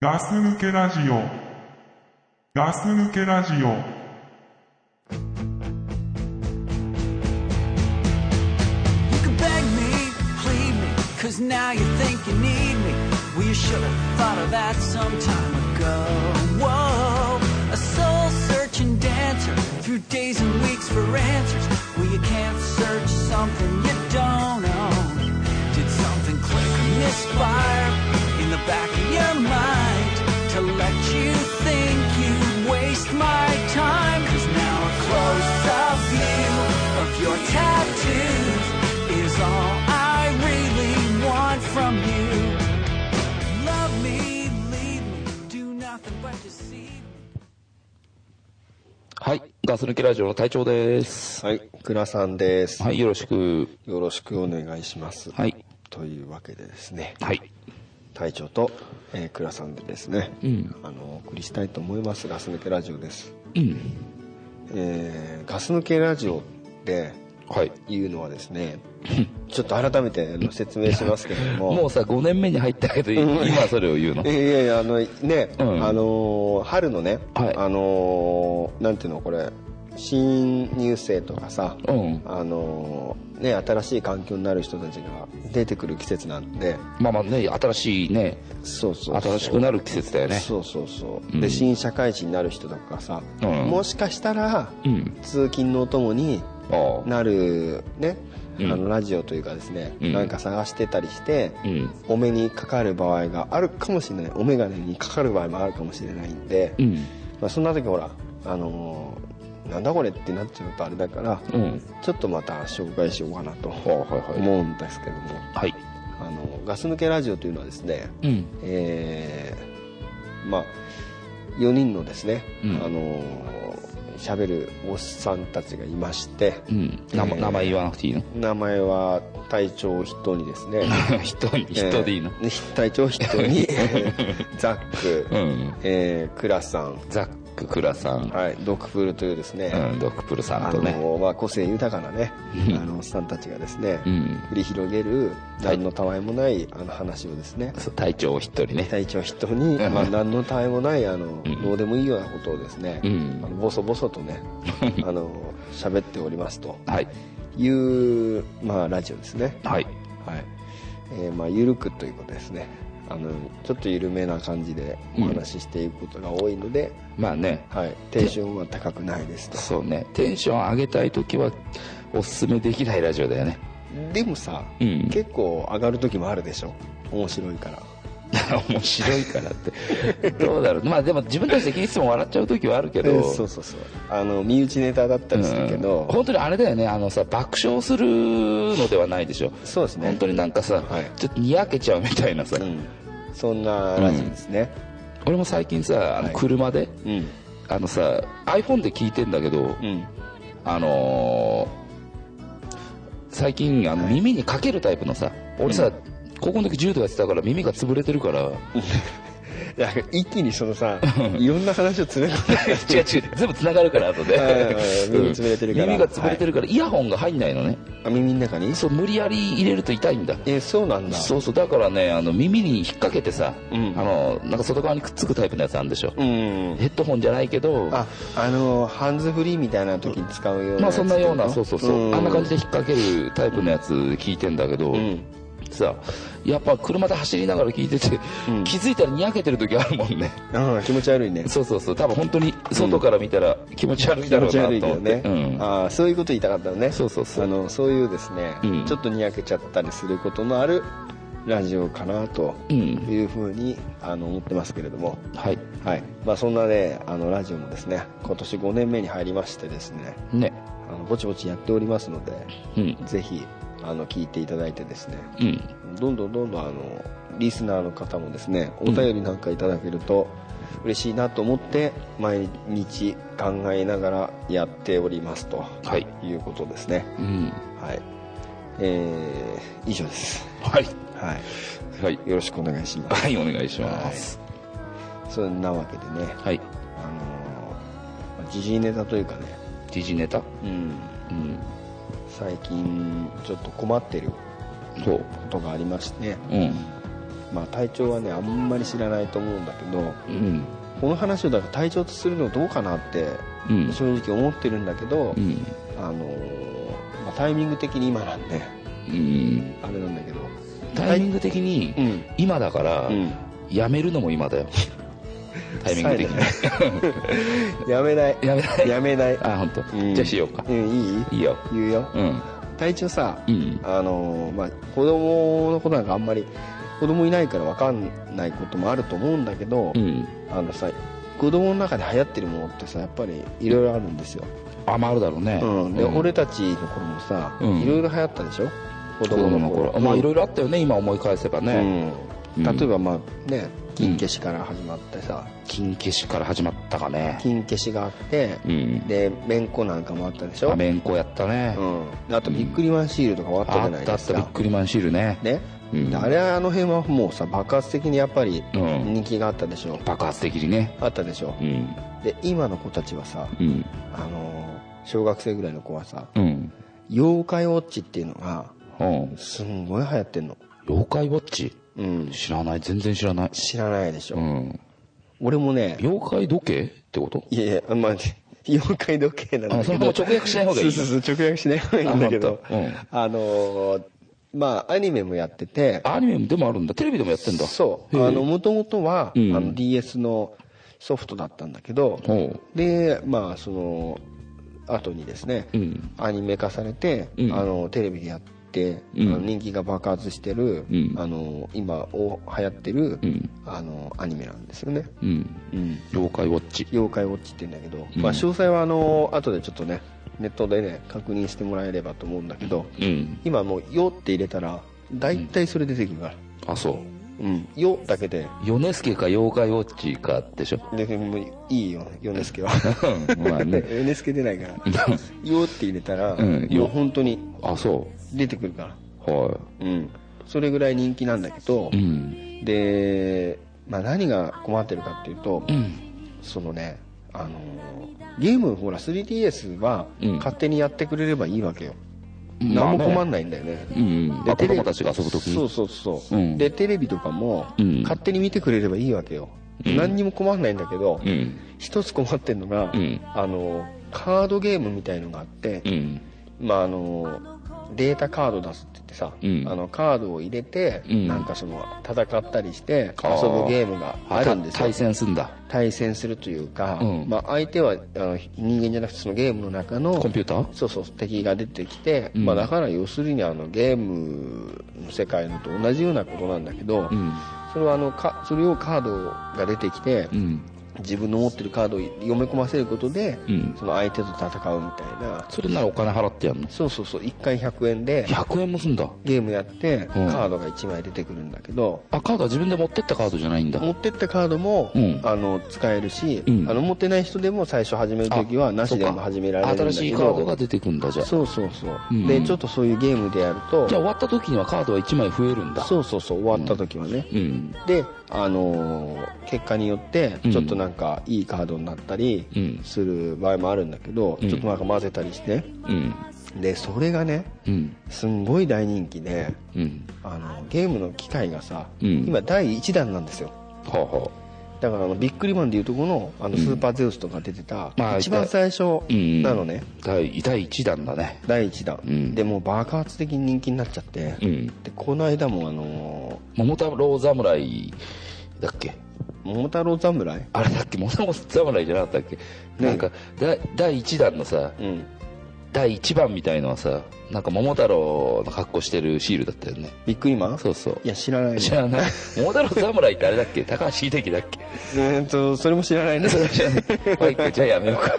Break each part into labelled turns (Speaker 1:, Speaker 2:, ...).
Speaker 1: ガス抜けラジオ。ガス抜けラジオ。
Speaker 2: You can beg me, plead me, cause now you think you need me. We should have thought of that some time ago. Whoa, a soul searching dancer through days and weeks for answers. Well, you can't search something you don't own. Did something click or misfire in the back of your mind to let you think you waste my time? Cause now a close up view of your tattoos is all I really want from you. Love me, leave me, do nothing but deceive me.
Speaker 3: はい。ガス抜けラジオの隊長です。
Speaker 4: はい、倉さんです。
Speaker 3: はい。よろしく。
Speaker 4: よろしくお願いします。
Speaker 3: はい。
Speaker 4: というわけでですね、
Speaker 3: はい。
Speaker 4: 隊長と、えー、倉さんでですね、
Speaker 3: うん。
Speaker 4: あの、お送りしたいと思います。ガス抜けラジオです。
Speaker 3: うん。
Speaker 4: えー、ガス抜けラジオって
Speaker 3: はい。
Speaker 4: いうのはですね、ちょっと改めてあの説明しますけれども、
Speaker 3: もうさ、5年目に入ったけど、今それを言うの
Speaker 4: い。やいやいやあのね、
Speaker 3: うん
Speaker 4: あのー春のね、
Speaker 3: はい
Speaker 4: あのーなんていうのこれ新入生とかさ、
Speaker 3: うん
Speaker 4: あのーね新しい環境になる人たちが出てくる季節なんで
Speaker 3: まあまあね、新しいね、
Speaker 4: そうそうそ
Speaker 3: 新
Speaker 4: う
Speaker 3: しくなる季節だよね。
Speaker 4: そうそうそう、
Speaker 3: うん
Speaker 4: で新社会人になる人とかさ、
Speaker 3: うん
Speaker 4: もしかしたら、
Speaker 3: うん。
Speaker 4: 通勤のお供に
Speaker 3: ああ。
Speaker 4: なるね、
Speaker 3: うん
Speaker 4: あのラジオというかですね、
Speaker 3: うん
Speaker 4: なんか探してたりして、
Speaker 3: うん。
Speaker 4: お目にかかる場合があるかもしれないお眼鏡にかかる場合もあるかもしれないんで、
Speaker 3: うん。
Speaker 4: まあ、そんな時ほらあのーなんだこれってなっちゃうとあれだから
Speaker 3: うん。
Speaker 4: ちょっとまた紹介しようかなと
Speaker 3: ああ、はいはい。
Speaker 4: 思うんですけども
Speaker 3: はい。
Speaker 4: あのガス抜けラジオというのはですね
Speaker 3: うん。
Speaker 4: えーまあ4人のですね、
Speaker 3: うん
Speaker 4: あのー喋るおっさんたちがいまして
Speaker 3: うん。名前名前言わなくていい の
Speaker 4: 名前は隊長筆頭にで すね
Speaker 3: 人に、人でいいの、
Speaker 4: えー隊長筆 頭にザック、
Speaker 3: うん。
Speaker 4: えークラさん、
Speaker 3: ザック・クラさん、
Speaker 4: はい、ドクプルというですね、
Speaker 3: うん、ドクプルさん
Speaker 4: あ
Speaker 3: と
Speaker 4: の
Speaker 3: ね。
Speaker 4: まあ、個性豊かなねあのおっさんたちがですね、
Speaker 3: うん
Speaker 4: 繰り広げる
Speaker 3: い
Speaker 4: 何のたわいもないあの話をですね
Speaker 3: そう隊長一人ね。
Speaker 4: 隊長筆頭に、
Speaker 3: うん
Speaker 4: まあ、何のたわいもないあの、
Speaker 3: ん
Speaker 4: どうでもいいようなことをですね、
Speaker 3: うん
Speaker 4: あのボソボソと ねあの喋っておりますと
Speaker 3: はい。
Speaker 4: いう、まあ、ラジオですね、
Speaker 3: はい。
Speaker 4: はいえーまあ、ゆるくということですねあのちょっと緩めな感じでお話ししていくことが多いので、
Speaker 3: まあね、
Speaker 4: はい、テンションは高くないですと
Speaker 3: そうねテンション上げたい時はおすすめできないラジオだよね
Speaker 4: でもさ、
Speaker 3: うん
Speaker 4: 結構上がる時もあるでしょ面白いから
Speaker 3: 面白いからってどうだろうまあでも自分たち的にいつも笑っちゃう時はあるけど、
Speaker 4: えーそうそうそうあの身内ネタだったりするけ
Speaker 3: うん
Speaker 4: ど、
Speaker 3: 本当にあれだよねあのさ爆笑するのではないでしょ
Speaker 4: そうですね
Speaker 3: 本当になんかさ、
Speaker 4: はい
Speaker 3: ちょっとにやけちゃうみたいなさ、
Speaker 4: うん、そんなラジオですね、
Speaker 3: 俺も最近さあの
Speaker 4: はい
Speaker 3: 車で、
Speaker 4: うん
Speaker 3: あのさ iPhone で聞いてんだけど、
Speaker 4: うん
Speaker 3: あのー最近あの耳にかけるタイプのさ、俺さ、高校の時柔道やってたから耳が潰れてるから、
Speaker 4: いや一気にそのさいろんな話を詰め込んで
Speaker 3: 違う違う全部つながるから後で
Speaker 4: はいはいはい耳潰れてるから
Speaker 3: 耳が潰れてるから、イヤホンが入んないのね
Speaker 4: あ耳の中に
Speaker 3: そう無理やり入れると痛いんだ
Speaker 4: えーそうなんだ
Speaker 3: そうそうだからねあの耳に引っ掛けてさ、
Speaker 4: うん
Speaker 3: あのなんか外側にくっつくタイプのやつあるんでしょ、
Speaker 4: うん
Speaker 3: ヘッドホンじゃないけど
Speaker 4: ああのハンズフリーみたいな時に使うようなやつ
Speaker 3: まあそんなようなそうそうそう、あんな感じで
Speaker 4: で
Speaker 3: 引っ掛けるタイプのやつ聞いてんだけど、
Speaker 4: ん
Speaker 3: さやっぱ車で走りながら聞いてて、
Speaker 4: うん
Speaker 3: 気づいたらにやけてる時あるもんね
Speaker 4: うん気持ち悪いね
Speaker 3: そうそうそう多分本当に外から見たら気持ち悪いだろう
Speaker 4: 気持ち悪
Speaker 3: ないと
Speaker 4: け
Speaker 3: 思
Speaker 4: ど
Speaker 3: っ
Speaker 4: ね
Speaker 3: て、、うん、
Speaker 4: あーそういうこと言いたかったのね
Speaker 3: そうそうそう
Speaker 4: あのそういうですね、
Speaker 3: うん
Speaker 4: ちょっとにやけちゃったりすることのあるラジオかなと
Speaker 3: うん
Speaker 4: いうふうにあの思ってますけれども
Speaker 3: はい
Speaker 4: はいまあそんなねあのラジオもですね今年5年目に入りましてですね
Speaker 3: ね
Speaker 4: あのぼちぼちやっておりますので
Speaker 3: うん
Speaker 4: ぜひあの聞いていただいてですね
Speaker 3: うん
Speaker 4: どんどんどんどんあのリスナーの方もですねお便りなんかいただけると嬉しいなと思って毎日考えながらやっておりますと
Speaker 3: はい
Speaker 4: いうことですね
Speaker 3: うん
Speaker 4: はいえー、以上です
Speaker 3: はい
Speaker 4: はい
Speaker 3: はい
Speaker 4: よろしくお願いします
Speaker 3: はいお願いします
Speaker 4: そんなわけでね
Speaker 3: はい
Speaker 4: あのー時事ネタというかね
Speaker 3: 時事ネタ
Speaker 4: うん
Speaker 3: うん
Speaker 4: 最近ちょっと困ってる
Speaker 3: そう
Speaker 4: ことがありまして
Speaker 3: うん
Speaker 4: まあ、体調はねあんまり知らないと思うんだけど
Speaker 3: うん
Speaker 4: この話をだから体調とするのどうかなって
Speaker 3: うん
Speaker 4: 正直思ってるんだけど、
Speaker 3: うん
Speaker 4: あのまあ、タイミング的に今なんで
Speaker 3: うん
Speaker 4: あれなんだけど
Speaker 3: タイミング的に
Speaker 4: うん
Speaker 3: 今だから
Speaker 4: うん
Speaker 3: やめるのも今だよタイミング的に
Speaker 4: やめない
Speaker 3: やめない
Speaker 4: やめない
Speaker 3: あ本当。
Speaker 4: うん
Speaker 3: じゃあしようか
Speaker 4: うんいい
Speaker 3: いいよ
Speaker 4: 言うよ
Speaker 3: うん
Speaker 4: 体調さ
Speaker 3: うん
Speaker 4: あのまあ子供のことなんかあんまり子供いないから分かんないこともあると思うんだけど、
Speaker 3: うん
Speaker 4: あのさ子供の中で流行ってるものってさやっぱりいろいろあるんですよ、
Speaker 3: あまああるだろうね
Speaker 4: うん、で、
Speaker 3: うん
Speaker 4: 俺たちの頃もさ
Speaker 3: うん
Speaker 4: いろいろ流行ったでしょ子
Speaker 3: 子供の頃まあいろいろあったよね今思い返せば
Speaker 4: ろ
Speaker 3: ねうん
Speaker 4: 例えばまあね金消しから始まってさ、
Speaker 3: 金消しから始まったかね
Speaker 4: 金消しがあって
Speaker 3: うん
Speaker 4: でめんこなんかもあったでしょ
Speaker 3: アメンコやったね
Speaker 4: うん、あとビックリマンシールとかもあったじ
Speaker 3: あ
Speaker 4: ゃ
Speaker 3: っ
Speaker 4: ない
Speaker 3: たあ
Speaker 4: で
Speaker 3: っ
Speaker 4: す
Speaker 3: たビ
Speaker 4: か
Speaker 3: ックリマンシールね
Speaker 4: ね、
Speaker 3: うん
Speaker 4: であれはあの辺はもうさ爆発的にやっぱり
Speaker 3: うん
Speaker 4: 人気があったでしょ、
Speaker 3: 爆発的にね
Speaker 4: あったでしょ
Speaker 3: うん
Speaker 4: で今の子たちはさ
Speaker 3: うん
Speaker 4: あのー小学生ぐらいの子はさ
Speaker 3: うん
Speaker 4: 妖怪ウォッチっていうのが
Speaker 3: うん
Speaker 4: すんごい流行ってんの、
Speaker 3: 妖怪ウォッチ
Speaker 4: うん、
Speaker 3: 知らない全然知らない
Speaker 4: 知らないでしょ、
Speaker 3: うん
Speaker 4: 俺もね
Speaker 3: 妖怪時計ってこと
Speaker 4: いやいやまあ妖怪時計なんだ
Speaker 3: あそ
Speaker 4: け
Speaker 3: のまま
Speaker 4: ど
Speaker 3: 直訳しない方がいい
Speaker 4: そうそうそう直訳しない方がいいんだけど
Speaker 3: あ本
Speaker 4: あのーまあアニメもやってて
Speaker 3: アニメでもあるんだテレビでもやってんだ
Speaker 4: そう
Speaker 3: へえ
Speaker 4: あの元々は、
Speaker 3: うん
Speaker 4: あの DS のソフトだったんだけど、
Speaker 3: ほう
Speaker 4: でまあその後にですね、
Speaker 3: うん
Speaker 4: アニメ化されて、
Speaker 3: うん
Speaker 4: あのテレビでやって、
Speaker 3: うん
Speaker 4: あの人気が爆発してる、
Speaker 3: うん
Speaker 4: あの今お流行ってる、
Speaker 3: うん
Speaker 4: あのアニメなんですよね、
Speaker 3: うん妖怪ウォッチ
Speaker 4: 妖怪ウォッチって言うんだけど、
Speaker 3: うん
Speaker 4: まあ、詳細はあの後でちょっとねネットでね確認してもらえればと思うんだけど
Speaker 3: うん
Speaker 4: 今もう「よ」って入れたら大体それ出てくるから「
Speaker 3: あそう
Speaker 4: うん、よ」だけで
Speaker 3: 米助か妖怪ウォッチかでしょ
Speaker 4: でもういいよ米助は
Speaker 3: うんまあ ね
Speaker 4: NSK 出な いから「よ」って入れたら、
Speaker 3: うん
Speaker 4: も
Speaker 3: よ
Speaker 4: う本当に
Speaker 3: あそ
Speaker 4: 出てくるか
Speaker 3: うは
Speaker 4: ら、うん、それぐらい人気なんだけど
Speaker 3: い、うん
Speaker 4: で、まあ、何が困ってるかっていうと、
Speaker 3: うん
Speaker 4: そのねあのーゲームほら 3DS は
Speaker 3: うん
Speaker 4: 勝手にやってくれればいいわけよ、何も困んないんだよね、
Speaker 3: うんあ子供たちが遊ぶとき
Speaker 4: そう
Speaker 3: に
Speaker 4: そうそう、
Speaker 3: うん
Speaker 4: でテレビとかも
Speaker 3: うん
Speaker 4: 勝手に見てくれればいいわけよ、
Speaker 3: うん
Speaker 4: 何にも困んないんだけど、
Speaker 3: うん
Speaker 4: 一つ困ってんのが、
Speaker 3: うん
Speaker 4: あのーカードゲームみたいのがあって、
Speaker 3: うん
Speaker 4: まああのデータカード出すって言ってさ、
Speaker 3: うん
Speaker 4: あのカードを入れて、
Speaker 3: うん
Speaker 4: なんかその戦ったりして
Speaker 3: あー
Speaker 4: 遊ぶゲームがあるんですよ
Speaker 3: 対戦すんだ
Speaker 4: 対戦するというか、
Speaker 3: うん
Speaker 4: まあ、相手はあの人間じゃなくてそのゲームの中の
Speaker 3: コンピューター
Speaker 4: そうそう敵が出てきて、
Speaker 3: うん
Speaker 4: まあ、だから要するにあのゲームの世界のと同じようなことなんだけど、
Speaker 3: うん
Speaker 4: それはあのかそれをカードが出てきて、
Speaker 3: うん
Speaker 4: 自分の持ってるカードを読み込ませることで、
Speaker 3: うん
Speaker 4: その相手と戦うみたいな
Speaker 3: それならお金払ってやんの
Speaker 4: そうそうそう1回100円で
Speaker 3: 100円もすんだ
Speaker 4: ゲームやってカ
Speaker 3: うん
Speaker 4: ードが1枚出てくるんだけど、
Speaker 3: あカードは自分で持ってったカードじゃないんだ
Speaker 4: 持ってったカードも、
Speaker 3: うん
Speaker 4: あの使えるし、
Speaker 3: うん
Speaker 4: あの持ってない人でも最初始める
Speaker 3: あ
Speaker 4: 時はなしで
Speaker 3: そう
Speaker 4: も
Speaker 3: か
Speaker 4: 始められるんだけど
Speaker 3: 新しいカードが出てくんだじゃあ
Speaker 4: そうそうそう、
Speaker 3: うん
Speaker 4: でちょっとそういうゲームでやると
Speaker 3: じゃあ終わった時にはカードは1枚増えるんだ
Speaker 4: そうそうそう終わった時はね、
Speaker 3: うん
Speaker 4: であのー結果によって
Speaker 3: うん
Speaker 4: ちょっとなんかいいカードになったり
Speaker 3: うん
Speaker 4: する場合もあるんだけど、
Speaker 3: うん
Speaker 4: ちょっとなんか混ぜたりして
Speaker 3: うん
Speaker 4: でそれがね
Speaker 3: うん
Speaker 4: すんごい大人気で
Speaker 3: うん
Speaker 4: あのゲームの機械がさ、
Speaker 3: うん
Speaker 4: 今第1弾なんですよ
Speaker 3: はあは
Speaker 4: だからあのビックリマンでいうとこのあのスーパーゼウスとか出てた、
Speaker 3: まあ
Speaker 4: 一番最初
Speaker 3: うん
Speaker 4: なのね、
Speaker 3: 第第1弾だね
Speaker 4: 第1弾、
Speaker 3: ん
Speaker 4: でもう爆発的に人気になっちゃって、
Speaker 3: うん
Speaker 4: でこの間もあの
Speaker 3: 桃太郎侍だっけ
Speaker 4: ー「桃太郎侍
Speaker 3: あれだっけ桃太郎侍じゃなかったっけ、なんかだ第1弾のさ」
Speaker 4: うん
Speaker 3: 第1番みたいのはさなんか桃太郎の格好してるシールだったよね
Speaker 4: ビックリマン
Speaker 3: そうそう
Speaker 4: いや知らないね
Speaker 3: 知らない 桃太郎侍ってあれだっけ高橋秀樹だっけ
Speaker 4: えーっとそれも知らない ね
Speaker 3: 知らないまあいいかじゃあやめようか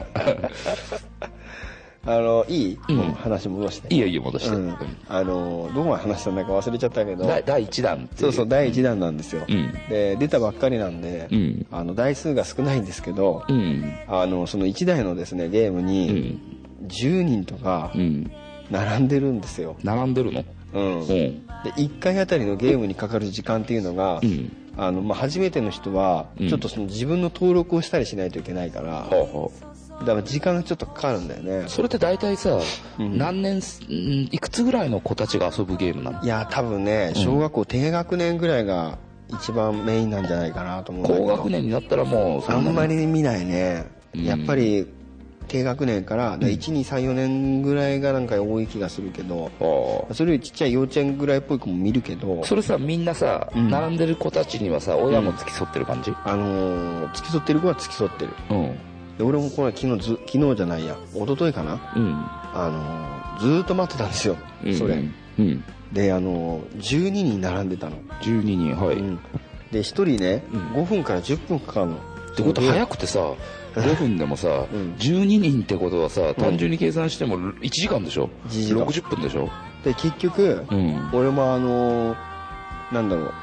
Speaker 4: あのいい、
Speaker 3: うん
Speaker 4: もう話戻して
Speaker 3: いいよいいよ戻して、
Speaker 4: う
Speaker 3: うんん、
Speaker 4: あのーどこまで話したんだか忘れちゃったけど
Speaker 3: だ第1弾ってい
Speaker 4: そうそう第1弾なんですよ、
Speaker 3: うん
Speaker 4: で出たばっかりなんで、
Speaker 3: うん
Speaker 4: あの台数が少ないんですけど、
Speaker 3: うん
Speaker 4: あのその1台のですねゲーム
Speaker 3: う
Speaker 4: に
Speaker 3: ん
Speaker 4: 10人とか
Speaker 3: うん
Speaker 4: 並んでるんですよ、
Speaker 3: 並んでるの
Speaker 4: うん
Speaker 3: う
Speaker 4: で
Speaker 3: ん
Speaker 4: 1回あたりのゲームにかかる時間っていうのが、
Speaker 3: うん
Speaker 4: あのまあ、初めての人は
Speaker 3: うん
Speaker 4: ちょっとその自分の登録をしたりしないといけないから、
Speaker 3: ほうほう
Speaker 4: だから時間がちょっとかかるんだよね
Speaker 3: それって大体さ、
Speaker 4: うん
Speaker 3: 何年すんいくつぐらいの子たちが遊ぶゲームなの
Speaker 4: いや多分ね小学校低学年ぐらいが一番メインなんじゃないかなと思うんだけ
Speaker 3: 高
Speaker 4: ど
Speaker 3: 学年になったらもうそ
Speaker 4: あ
Speaker 3: なに
Speaker 4: んまり見ないね、
Speaker 3: うん
Speaker 4: やっぱり低学年から1234年ぐらいがなんか多い気がするけど
Speaker 3: あー
Speaker 4: それよりちっちゃい幼稚園ぐらいっぽい子も見るけど
Speaker 3: それさみんなさ、
Speaker 4: うん
Speaker 3: 並んでる子たちにはさ親も付き添ってる感じ
Speaker 4: あのー付き添ってる子は付き添ってる
Speaker 3: うん
Speaker 4: で俺もこの間昨日ず昨日じゃないや一昨日かな
Speaker 3: うん
Speaker 4: あのーずーっと待ってたんですよ、
Speaker 3: うん
Speaker 4: それ
Speaker 3: うん
Speaker 4: であのー12人並んでたの、
Speaker 3: 12人はい、
Speaker 4: うんで1人ね5分から10分かかるの
Speaker 3: ってことは早くてさ5分でもさ、
Speaker 4: ん
Speaker 3: 12人ってことはさ単純に計算しても1時間でしょ
Speaker 4: 一時間
Speaker 3: 60分でしょ
Speaker 4: で結局、
Speaker 3: うん
Speaker 4: 俺もあのーなんだろう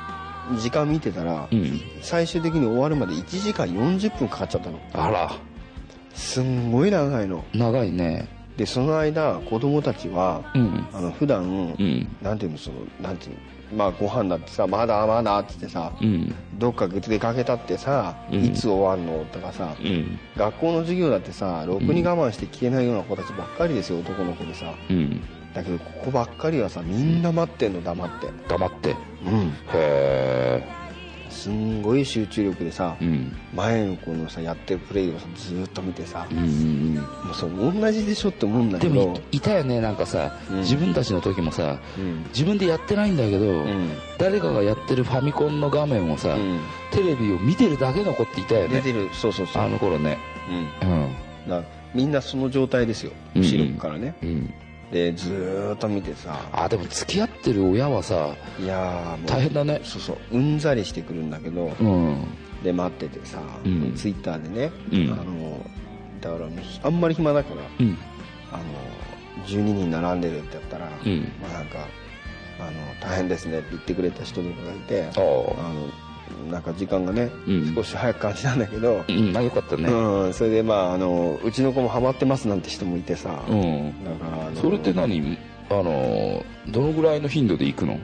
Speaker 4: 時間見てたら、
Speaker 3: うん
Speaker 4: 最終的に終わるまで1時間40分かかっちゃったの
Speaker 3: あら
Speaker 4: すんごい長いの
Speaker 3: 長いね
Speaker 4: でその間子供たちは、
Speaker 3: うん
Speaker 4: あの普段、
Speaker 3: うん
Speaker 4: なんていうのそのなんていうのまあご飯だってさまだまだってってさ、
Speaker 3: うん
Speaker 4: どっか出かけたってさ、
Speaker 3: うん
Speaker 4: いつ終わんのとかさ、
Speaker 3: うん
Speaker 4: 学校の授業だってさろくに我慢して聞けないような子たちばっかりですよ男の子でさ
Speaker 3: うん
Speaker 4: だけどここばっかりはさみんな待ってんの黙って
Speaker 3: 黙ってへ
Speaker 4: うん
Speaker 3: え
Speaker 4: すんごい集中力でさ、
Speaker 3: うん
Speaker 4: 前の子のさやってるプレイをさずーっと見てさ、
Speaker 3: うんうんうん
Speaker 4: もうそれ同じでしょって思うんだけ
Speaker 3: で
Speaker 4: ど
Speaker 3: もいいたよねなんかさ、
Speaker 4: うん
Speaker 3: 自分たちの時もさ、
Speaker 4: うん
Speaker 3: 自分でやってないんだけど、
Speaker 4: ん
Speaker 3: 誰かがやってるファミコンの画面をさ、
Speaker 4: うん
Speaker 3: テレビを見てるだけの子っていたよ
Speaker 4: 出
Speaker 3: ね
Speaker 4: てるそうそうそう
Speaker 3: あの頃ね
Speaker 4: うん
Speaker 3: うん
Speaker 4: だからみんなその状態ですよ
Speaker 3: うん
Speaker 4: 後ろからね、
Speaker 3: うん
Speaker 4: でずーっと見てさ
Speaker 3: あでも付き合ってる親はさ
Speaker 4: いやーもう
Speaker 3: 大変だね
Speaker 4: そうそううんざりしてくるんだけど、
Speaker 3: うん
Speaker 4: で待っててさ、
Speaker 3: うん
Speaker 4: ツイッターでね、
Speaker 3: うん
Speaker 4: あのだからあんまり暇だから
Speaker 3: うん
Speaker 4: あの12人並んでるってやったら、
Speaker 3: うん
Speaker 4: まあ、なんかあの大変ですねって言ってくれた人とかがいて
Speaker 3: ああ
Speaker 4: あのなんか時間がね、
Speaker 3: うん
Speaker 4: 少し早く感じたんだけど、
Speaker 3: うんあよかったね
Speaker 4: うん、それでまああのうちの子もハマってますなんて人もいてさ、
Speaker 3: うん、
Speaker 4: だからあの
Speaker 3: それって何あのどのぐらいの頻度で行くの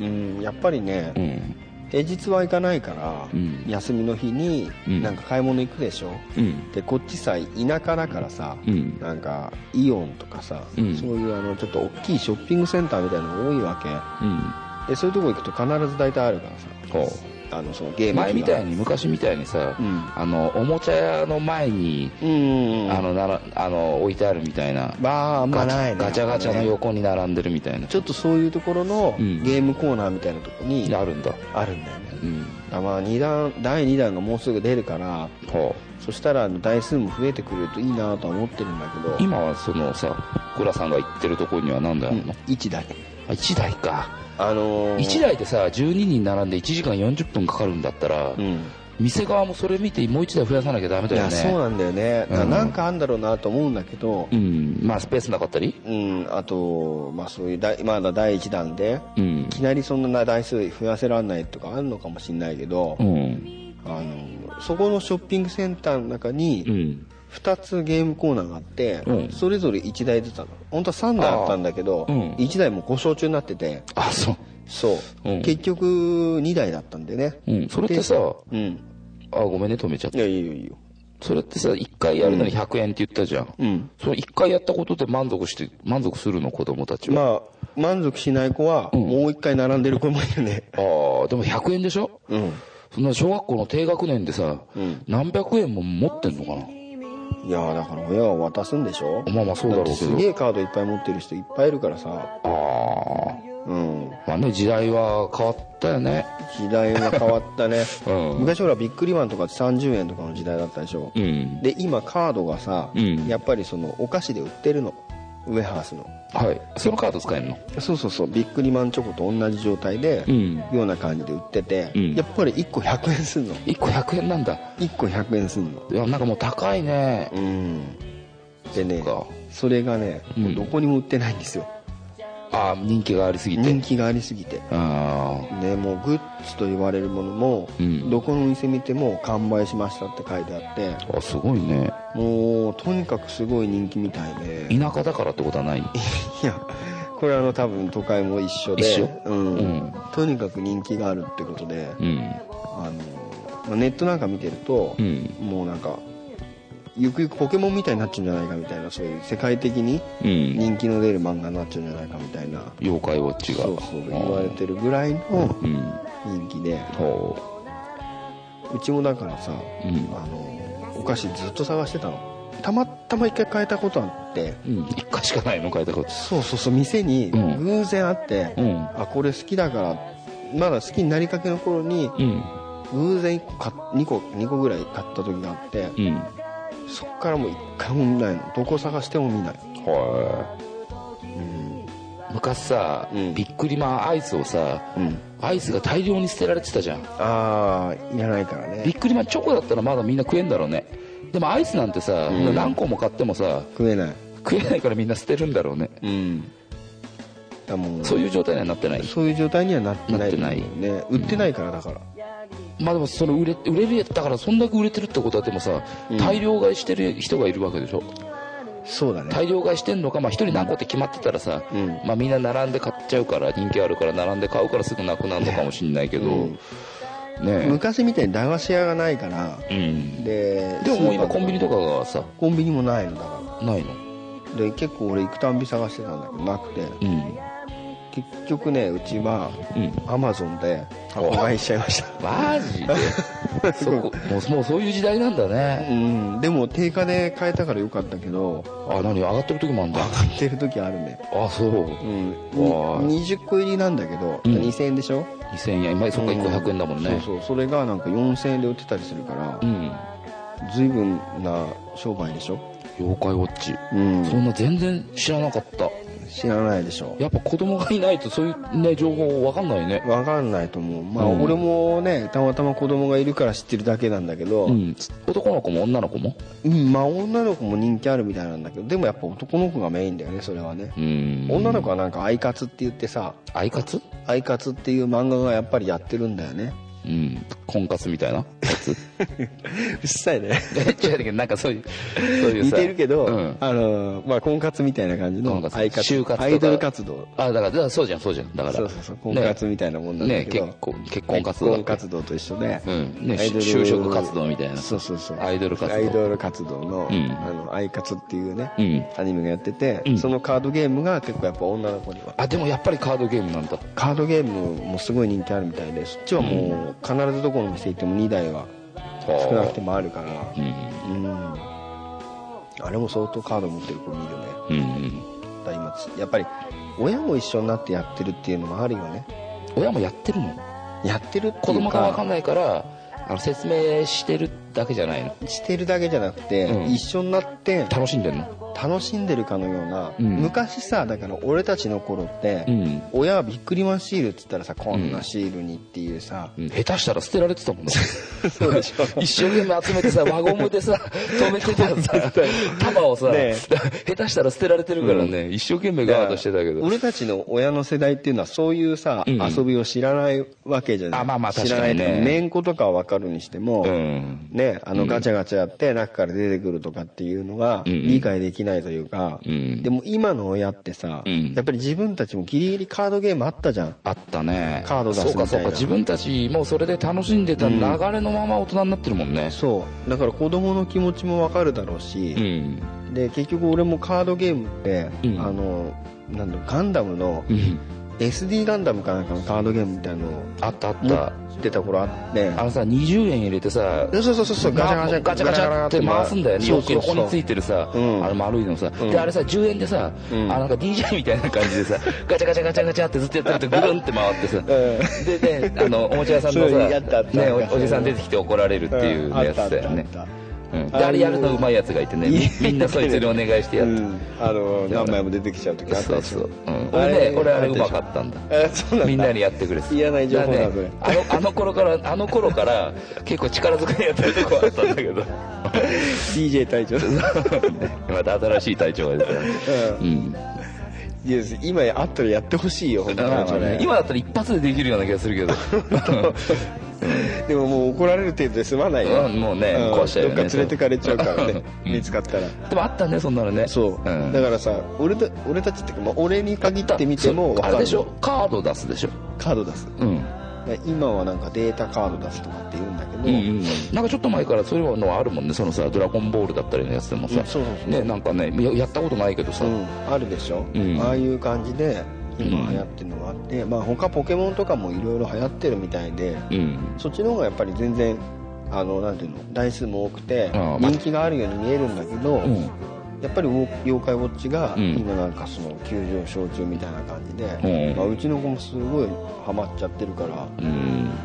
Speaker 4: うん、やっぱりね、
Speaker 3: うん
Speaker 4: 平日は行かないから、
Speaker 3: うん
Speaker 4: 休みの日に
Speaker 3: うん
Speaker 4: なんか買い物行くでしょ、
Speaker 3: うん
Speaker 4: でこっちさ田舎だからさ、
Speaker 3: うん
Speaker 4: なんかイオンとかさ、
Speaker 3: うん
Speaker 4: そういうあのちょっと大きいショッピングセンターみたいなのが多いわけ、
Speaker 3: うん
Speaker 4: でそういうとこ行くと必ず大体あるからさ
Speaker 3: ほ
Speaker 4: あのそのゲー
Speaker 3: う
Speaker 4: ム
Speaker 3: 前みたい
Speaker 4: に
Speaker 3: に昔みたいにさ、
Speaker 4: うん
Speaker 3: あのおもちゃ屋の前に、
Speaker 4: うんうんうん
Speaker 3: あのならあの置いてあるみたいな
Speaker 4: まああんま
Speaker 3: ガチ
Speaker 4: ないね
Speaker 3: ガチャガチャの横に並んでるみたいな
Speaker 4: ちょっとそういうところの
Speaker 3: うん
Speaker 4: ゲームコーナーみたいなところに
Speaker 3: あるんだ
Speaker 4: あるんだよね、
Speaker 3: うん
Speaker 4: あまあ二弾第2弾がもうすぐ出るから
Speaker 3: ほ
Speaker 4: そしたらあの台数も増えてくれるといいなとは思ってるんだ
Speaker 3: う
Speaker 4: けど
Speaker 3: 今はそのさ倉さんが行ってるところには何台あるの、
Speaker 4: 1台
Speaker 3: あ1台か
Speaker 4: あのー
Speaker 3: 1台でさ12人並んで1時間40分かかるんだったら、
Speaker 4: うん
Speaker 3: 店側もそれ見てもう1台増やさなきゃダメ
Speaker 4: い
Speaker 3: だよ
Speaker 4: や
Speaker 3: ね
Speaker 4: そうなんだよね、だから
Speaker 3: うん
Speaker 4: なんかあんだろうなと思うんだけど
Speaker 3: うんまあスペースなかったり
Speaker 4: うんあとまあそういう第まだ第1弾で
Speaker 3: うん
Speaker 4: いきなりそんな台数増やせらんないとかあるのかもしれないけど、
Speaker 3: うん
Speaker 4: あのそこのショッピングセンターの中
Speaker 3: う
Speaker 4: に
Speaker 3: ん
Speaker 4: 2つゲームコーナーがあって、
Speaker 3: うん
Speaker 4: それぞれ1台ずつあるの本当は3台あったんだけど、
Speaker 3: あーうん
Speaker 4: 1台もう故障中になってて
Speaker 3: あそう
Speaker 4: そう、
Speaker 3: うん
Speaker 4: 結局2台だったんでね
Speaker 3: うんそれって
Speaker 4: で
Speaker 3: さ
Speaker 4: うん
Speaker 3: あごめんね止めちゃっ
Speaker 4: い
Speaker 3: た
Speaker 4: やいいよいいよ
Speaker 3: それってさ1回やるのに100円って言ったじゃん、
Speaker 4: うん
Speaker 3: その1回やったことで満足して満足するの子供たちは、
Speaker 4: まあ満足しない子は
Speaker 3: ん
Speaker 4: もう1回並んでる子もいるね
Speaker 3: あーでも100円でしょ
Speaker 4: うん
Speaker 3: そんな小学校の低学年でさ、
Speaker 4: うん
Speaker 3: 何百円も持ってんのかない
Speaker 4: やーだから親は渡すんでしょ
Speaker 3: まあまあそうだろうけど
Speaker 4: ってすげえカードいっぱい持ってる人いっぱいいるからさ
Speaker 3: ああ
Speaker 4: うん
Speaker 3: まあね時代は変わったよね
Speaker 4: 時代が変わったね、
Speaker 3: うん
Speaker 4: 昔ほらビックリマンとかって30円とかの時代だったでしょ、
Speaker 3: ん
Speaker 4: で今カードがさ、
Speaker 3: うん
Speaker 4: やっぱりそのお菓子で売ってるのウェハースの
Speaker 3: はいそのカード使えるの
Speaker 4: そうそうそうビックリマンチョコと同じ状態で、
Speaker 3: うん
Speaker 4: ような感じで売ってて、
Speaker 3: うん
Speaker 4: やっぱり1個100円すんの
Speaker 3: 1個100円なんだ
Speaker 4: 1個100円すんの
Speaker 3: いやなんかもう高いね
Speaker 4: うんでね
Speaker 3: そっか
Speaker 4: それがね、
Speaker 3: うん
Speaker 4: もうどこにも売ってないんですよ
Speaker 3: ああ人気がありすぎて
Speaker 4: 人気がありすぎて
Speaker 3: あ
Speaker 4: ね、もうグッズと言われるものも、
Speaker 3: うん
Speaker 4: どこのお店見ても完売しましたって書いてあって
Speaker 3: ああすごいね
Speaker 4: もうとにかくすごい人気みたいで、
Speaker 3: 田舎だからってことはない
Speaker 4: いやこれあの多分都会も一緒で
Speaker 3: 一緒
Speaker 4: うん
Speaker 3: うん
Speaker 4: とにかく人気があるってことで、
Speaker 3: うん
Speaker 4: あのまあネットなんか見てると、
Speaker 3: うん
Speaker 4: もうなんかゆくゆくポケモンみたいになっちゃうんじゃないかみたいなそういう世界的に
Speaker 3: うん。
Speaker 4: 人気の出る漫画になっちゃうんじゃないかみたいな、
Speaker 3: 妖怪ウォッチが。
Speaker 4: そうそう言われてるぐらいの
Speaker 3: うん。
Speaker 4: 人気で
Speaker 3: ほ
Speaker 4: うちもだからさ
Speaker 3: う。うん。
Speaker 4: あのお菓子ずっと探してたのたまたま一回変えたことあって
Speaker 3: うん。一回しかないの書いたこと。
Speaker 4: そうそうそう店に
Speaker 3: うん
Speaker 4: 偶然あって、
Speaker 3: うん。
Speaker 4: あこれ好きだからまだ好きになりかけの頃に
Speaker 3: うん。
Speaker 4: 偶然1個買っ2個2個ぐらい買った時があって
Speaker 3: うん。
Speaker 4: そっからもう1回も見ないのどこ探しても見ない
Speaker 3: は
Speaker 4: うん
Speaker 3: い。昔さ、
Speaker 4: うん
Speaker 3: びっくりマンアイスをさ、
Speaker 4: うん
Speaker 3: アイスが大量に捨てられてたじゃん。
Speaker 4: ああいらないから
Speaker 3: びっ
Speaker 4: ね
Speaker 3: くりマンチョコだったらまだみんな食えんだろうね。でもアイスなんてさ、
Speaker 4: ん
Speaker 3: 何個も買ってもさ、
Speaker 4: 食えない
Speaker 3: 食えないからみんな捨てるんだろうね。
Speaker 4: うんだもん
Speaker 3: そういう状態にはなってない。
Speaker 4: そういう状態にはなってないと思うよね売ってないからだから、
Speaker 3: まあでもその売れ、売れるやつ、だからそんだけ売れてるってことはでもさ、
Speaker 4: うん
Speaker 3: 大量買いしてる人がいるわけでしょ。
Speaker 4: そうだね
Speaker 3: 大量買いしてんのか、まあ一人何個って決まってたらさ、
Speaker 4: うん
Speaker 3: まあみんな並んで買っちゃうから、人気あるから並んで買うからすぐなくなるのかもしんないけど、
Speaker 4: うん
Speaker 3: ね
Speaker 4: 昔みたいに駄菓子屋がないから
Speaker 3: え。うん。
Speaker 4: で
Speaker 3: でももう
Speaker 4: スーパ
Speaker 3: 今
Speaker 4: ー
Speaker 3: コンビニとかがさ、
Speaker 4: コンビニもないのだか
Speaker 3: ないの。
Speaker 4: らで結構俺行くたんび探してたんだけどなくて
Speaker 3: うん。
Speaker 4: 結局ねうちは
Speaker 3: うん。
Speaker 4: アマゾンで箱買いしちゃいました
Speaker 3: マジで そこもうもうそういう時代なんだね
Speaker 4: うんでも定価で買えたからよかったけど
Speaker 3: あ何上がってる時もあるんだ
Speaker 4: 買ってる時あるね
Speaker 3: あそう
Speaker 4: うん
Speaker 3: わあ
Speaker 4: に20個入りなんだけど、
Speaker 3: うん
Speaker 4: 2000円でしょ
Speaker 3: 2000円今そっか1個100円だもんね
Speaker 4: そうそうそれがなんか4000円で売ってたりするから
Speaker 3: うん
Speaker 4: 随分な商売でしょ
Speaker 3: 妖怪ウォッチ
Speaker 4: うん
Speaker 3: そんな全然知らなかった
Speaker 4: 知らないでしょ
Speaker 3: やっぱ子供がいないとそういうね情報わかんないね
Speaker 4: わかんないと思うまあ
Speaker 3: うん
Speaker 4: 俺もねたまたま子供がいるから知ってるだけなんだけど、
Speaker 3: うん男の子も女の子も
Speaker 4: うんまあ女の子も人気あるみたいなんだけどでもやっぱ男の子がメインだよねそれはね
Speaker 3: う、ん
Speaker 4: 女の子はなんか「アイカツ」って言ってさ
Speaker 3: アイカツ
Speaker 4: 「アイカツ」っていう漫画がやっぱりやってるんだよ ね
Speaker 3: うん婚活みたいなやつ
Speaker 4: うっさいね
Speaker 3: 違うけどなんかそういうそういう
Speaker 4: 似
Speaker 3: さ
Speaker 4: てるけど、
Speaker 3: うん
Speaker 4: あのまあ婚活みたいな感じの
Speaker 3: 婚活
Speaker 4: アイカツ
Speaker 3: 就活とか
Speaker 4: アイドル活動
Speaker 3: あだからだからそうじゃんそうじゃんだから
Speaker 4: そうそうそう婚活みたいなもんなんだ
Speaker 3: ね
Speaker 4: けど、
Speaker 3: 結婚結婚活動
Speaker 4: 婚活動と一緒で、
Speaker 3: うんね
Speaker 4: アイドル
Speaker 3: 就職活動みたいな
Speaker 4: そうそうそう
Speaker 3: アイドル活動
Speaker 4: アイドル活動の「
Speaker 3: うん
Speaker 4: あのアイカツ」っていうね、
Speaker 3: うん
Speaker 4: アニメがやってて、
Speaker 3: うん
Speaker 4: そのカードゲームが結構やっぱ女の子には
Speaker 3: あでもやっぱりカードゲームなんだ
Speaker 4: カードゲームもすごい人気あるみたいでそっちはもう必ずどこの店行っても2台は少なくてもあるから
Speaker 3: うん
Speaker 4: うんあれも相当カード持ってる子見るね
Speaker 3: うん
Speaker 4: だから今つやっぱり親も一緒になってやってるっていうのもあるよね
Speaker 3: 親もやってるの
Speaker 4: やってるっていうか
Speaker 3: 子供が分かんないからあの説明してるだけじゃないの
Speaker 4: してるだけじゃなくて、
Speaker 3: うん
Speaker 4: 一緒になって
Speaker 3: 楽しんでんの
Speaker 4: 楽しんでるかのような、
Speaker 3: うん
Speaker 4: 昔さだから俺たちの頃って、
Speaker 3: ん、
Speaker 4: 親はびっくりマンシールっつったらさこんなシールにっていうさ、
Speaker 3: うん、下手したら捨てられてた もんね
Speaker 4: そうでし ょ
Speaker 3: 一生懸命集めて さ輪ゴムでさ止めてたさ束をさ、
Speaker 4: ね
Speaker 3: 下手したら捨てられてるからね、一生懸命ガードしてたけど
Speaker 4: 俺たちの親の世代っていうのはそういうさ、
Speaker 3: うん
Speaker 4: 遊びを知らないわけじゃない
Speaker 3: あまあまあ
Speaker 4: 知らない
Speaker 3: 確かにね
Speaker 4: というめんことかは分かるにしても、
Speaker 3: うん
Speaker 4: ねあのガチャガチャやって中から出てくるとかっていうのが
Speaker 3: うんうん
Speaker 4: 理解できないというか、
Speaker 3: うん
Speaker 4: でも今の親ってさ、
Speaker 3: うん
Speaker 4: やっぱり自分たちもギリギリカードゲームあったじゃん
Speaker 3: あったね
Speaker 4: カード出す
Speaker 3: そう
Speaker 4: み
Speaker 3: か
Speaker 4: たいな
Speaker 3: そうか自分たちもそれで楽しんでた流れのまま大人になってるもんね
Speaker 4: そうだから子供の気持ちも分かるだろうし、
Speaker 3: ん
Speaker 4: で結局俺もカードゲームって、
Speaker 3: うん
Speaker 4: あのなんだろうガンダムの
Speaker 3: うん
Speaker 4: SD ガンダムかなんかのカードゲームみたいなのを
Speaker 3: あったあっ
Speaker 4: 持
Speaker 3: た
Speaker 4: ってた頃あって
Speaker 3: あのさ20円入れてさ
Speaker 4: そうそうそうそうガチャガチャ
Speaker 3: ガチャガチャって回すんだよね
Speaker 4: そうそうそう
Speaker 3: 横についてるさ、
Speaker 4: うん
Speaker 3: あの丸いのさ、
Speaker 4: ん
Speaker 3: であれさ10円でさ、
Speaker 4: うん
Speaker 3: あのなんか DJ みたいな感じでさガチャガチャガチャガチャってずっとやってるとぐるんって回ってさ、でねあのおもちゃ屋さんの
Speaker 4: そう
Speaker 3: さ
Speaker 4: やったあった
Speaker 3: ね、おおじさん出てきて怒られるっていうやつだよね、うん、であれやるのうまいやつがいてねみ みんなそいつにお願いしてや
Speaker 4: う
Speaker 3: っ
Speaker 4: んあの何枚も出てきちゃう時あった
Speaker 3: そう
Speaker 4: でし
Speaker 3: そ
Speaker 4: ょ
Speaker 3: う、うん、
Speaker 4: あ
Speaker 3: 俺
Speaker 4: れ
Speaker 3: ね俺あれうまかったんだ
Speaker 4: えそうなんだ
Speaker 3: みんなにやってくれて
Speaker 4: 嫌な情報
Speaker 3: か
Speaker 4: だ
Speaker 3: らねあのあの頃からあの頃から結構力づくでやってるとこあったんだけど
Speaker 4: DJ 隊長
Speaker 3: また新しい隊長が出た
Speaker 4: うん
Speaker 3: うん
Speaker 4: いや今あったらやってほしいよ本当に
Speaker 3: まあまあね今だったら一発でできるような気がするけど
Speaker 4: でももう怒られる程度で済まない よ、
Speaker 3: うんもうね
Speaker 4: ん
Speaker 3: 壊しちゃうよね
Speaker 4: どっか連れてかれちゃうからね
Speaker 3: うん
Speaker 4: 見つかったら
Speaker 3: でもあったねそんなのね
Speaker 4: そう、
Speaker 3: ん、
Speaker 4: だからさ俺た俺たちっていうか、まあ、俺に限ってみても
Speaker 3: そう
Speaker 4: 分か
Speaker 3: あ
Speaker 4: る
Speaker 3: れでしょカード出すでしょ
Speaker 4: カード出す
Speaker 3: うん
Speaker 4: で今はなんかデータカード出すとかって言うんだけど、
Speaker 3: うんうん、なんかちょっと前からそういうのはあるもんねそのさ「ドラゴンボール」だったりのやつでもさ、
Speaker 4: うんそうそうそう
Speaker 3: ねなんかねややったことないけどさ、
Speaker 4: うんあるでしょ、
Speaker 3: うん
Speaker 4: ああいう感じで今流行ってるのがあって、まあ他ポケモンとかもいろいろ流行ってるみたいで
Speaker 3: うん
Speaker 4: そっちの方がやっぱり全然あのなんていうの台数も多くて
Speaker 3: ああまあ
Speaker 4: 人気があるように見えるんだけど、
Speaker 3: うん
Speaker 4: やっぱりウォー妖怪ウォッチが
Speaker 3: うん
Speaker 4: 今なんかその急上昇中みたいな感じで、
Speaker 3: う
Speaker 4: うんまあ、うちの子もすごいハマっちゃってるから
Speaker 3: う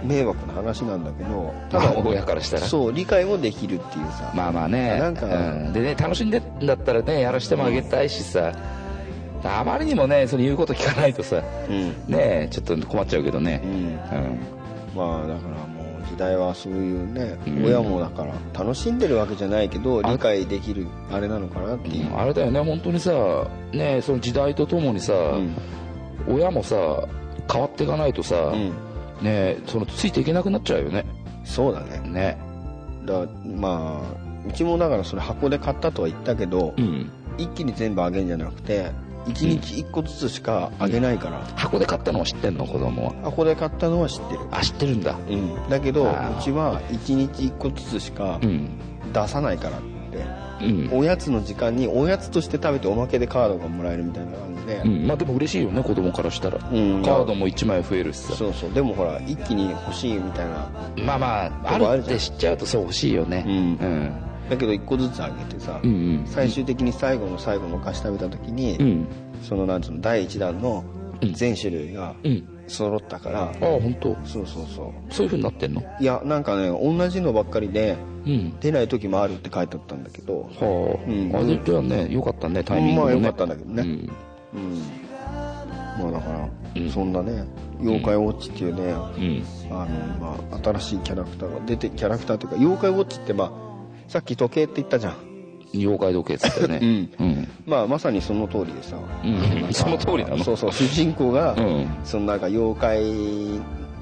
Speaker 3: ん
Speaker 4: 迷惑な話なんだけどた
Speaker 3: まあ
Speaker 4: だ
Speaker 3: 親からしたら
Speaker 4: そう理解もできるっていうさ、
Speaker 3: まあまあね
Speaker 4: なんか
Speaker 3: うん、でね楽しんでんだったらねやらしてもあげたいしさあまりにもねその言うこと聞かないとさ
Speaker 4: うん
Speaker 3: ねちょっと困っちゃうけど
Speaker 4: う
Speaker 3: ね
Speaker 4: ん、
Speaker 3: う
Speaker 4: まあだからもう時代はそういうね、
Speaker 3: うん
Speaker 4: 親もだから楽しんでるわけじゃないけど
Speaker 3: あ
Speaker 4: 理解できるあれなのかなっていう、
Speaker 3: んあれだよね本当にさねその時代とともにさ、
Speaker 4: うん
Speaker 3: 親もさ変わっていかないとさ、
Speaker 4: うん
Speaker 3: ねそのついていけなくなっちゃうよね
Speaker 4: そうだね
Speaker 3: ね
Speaker 4: だまあうちもだからそれ箱で買ったとは言ったけど、
Speaker 3: うん
Speaker 4: 一気に全部あげんじゃなくて1日1個ずつしかあげないから、
Speaker 3: 箱で買ったのは知ってんの子供は
Speaker 4: 箱で買ったのは知ってる
Speaker 3: あ知ってるんだ
Speaker 4: うん、だけどう
Speaker 3: あー
Speaker 4: ちは1日1個ずつしか
Speaker 3: うん
Speaker 4: 出さないからって、
Speaker 3: うん、
Speaker 4: おやつの時間におやつとして食べておまけでカードがもらえるみたいな感じで、
Speaker 3: うん、まあでも嬉しいよね子供からしたら、
Speaker 4: うん
Speaker 3: カードも1枚増えるしさ
Speaker 4: そうそうでもほら一気に欲しいみたいな
Speaker 3: まあまああ
Speaker 4: とこあ
Speaker 3: る
Speaker 4: る
Speaker 3: っ
Speaker 4: じゃん
Speaker 3: て知っちゃうとそう欲しいよね
Speaker 4: うん
Speaker 3: うん
Speaker 4: だけど1個ずつあげてさ、
Speaker 3: うんうん
Speaker 4: 最終的に最後の最後のお菓子食べた時に、
Speaker 3: うん
Speaker 4: そのなんつうの第1弾の
Speaker 3: うん
Speaker 4: 全種類が
Speaker 3: うん
Speaker 4: 揃ったから、
Speaker 3: ああ本当
Speaker 4: そうそうそ
Speaker 3: そういう風になってんの
Speaker 4: ういやなんかね同じのばっかりで
Speaker 3: うん
Speaker 4: 出ない時もあるって書いてあったんだけど
Speaker 3: はあ、
Speaker 4: うん
Speaker 3: あじゃあねよかったねタイミングもね、
Speaker 4: まあよかったんだけどね
Speaker 3: うん
Speaker 4: うんまあだから、
Speaker 3: うん
Speaker 4: そんなね妖怪ウォッチっていうね、
Speaker 3: うん
Speaker 4: あのまあ、新しいキャラクターが出てキャラクターというか妖怪ウォッチって、まあ、さっき時計って言ったじゃん、
Speaker 3: 妖怪時計っつ ってねうん
Speaker 4: まあ、まさにその通りでさ、
Speaker 3: うん、その通りなの
Speaker 4: そうそう主人公が、
Speaker 3: うん
Speaker 4: そのなんか妖怪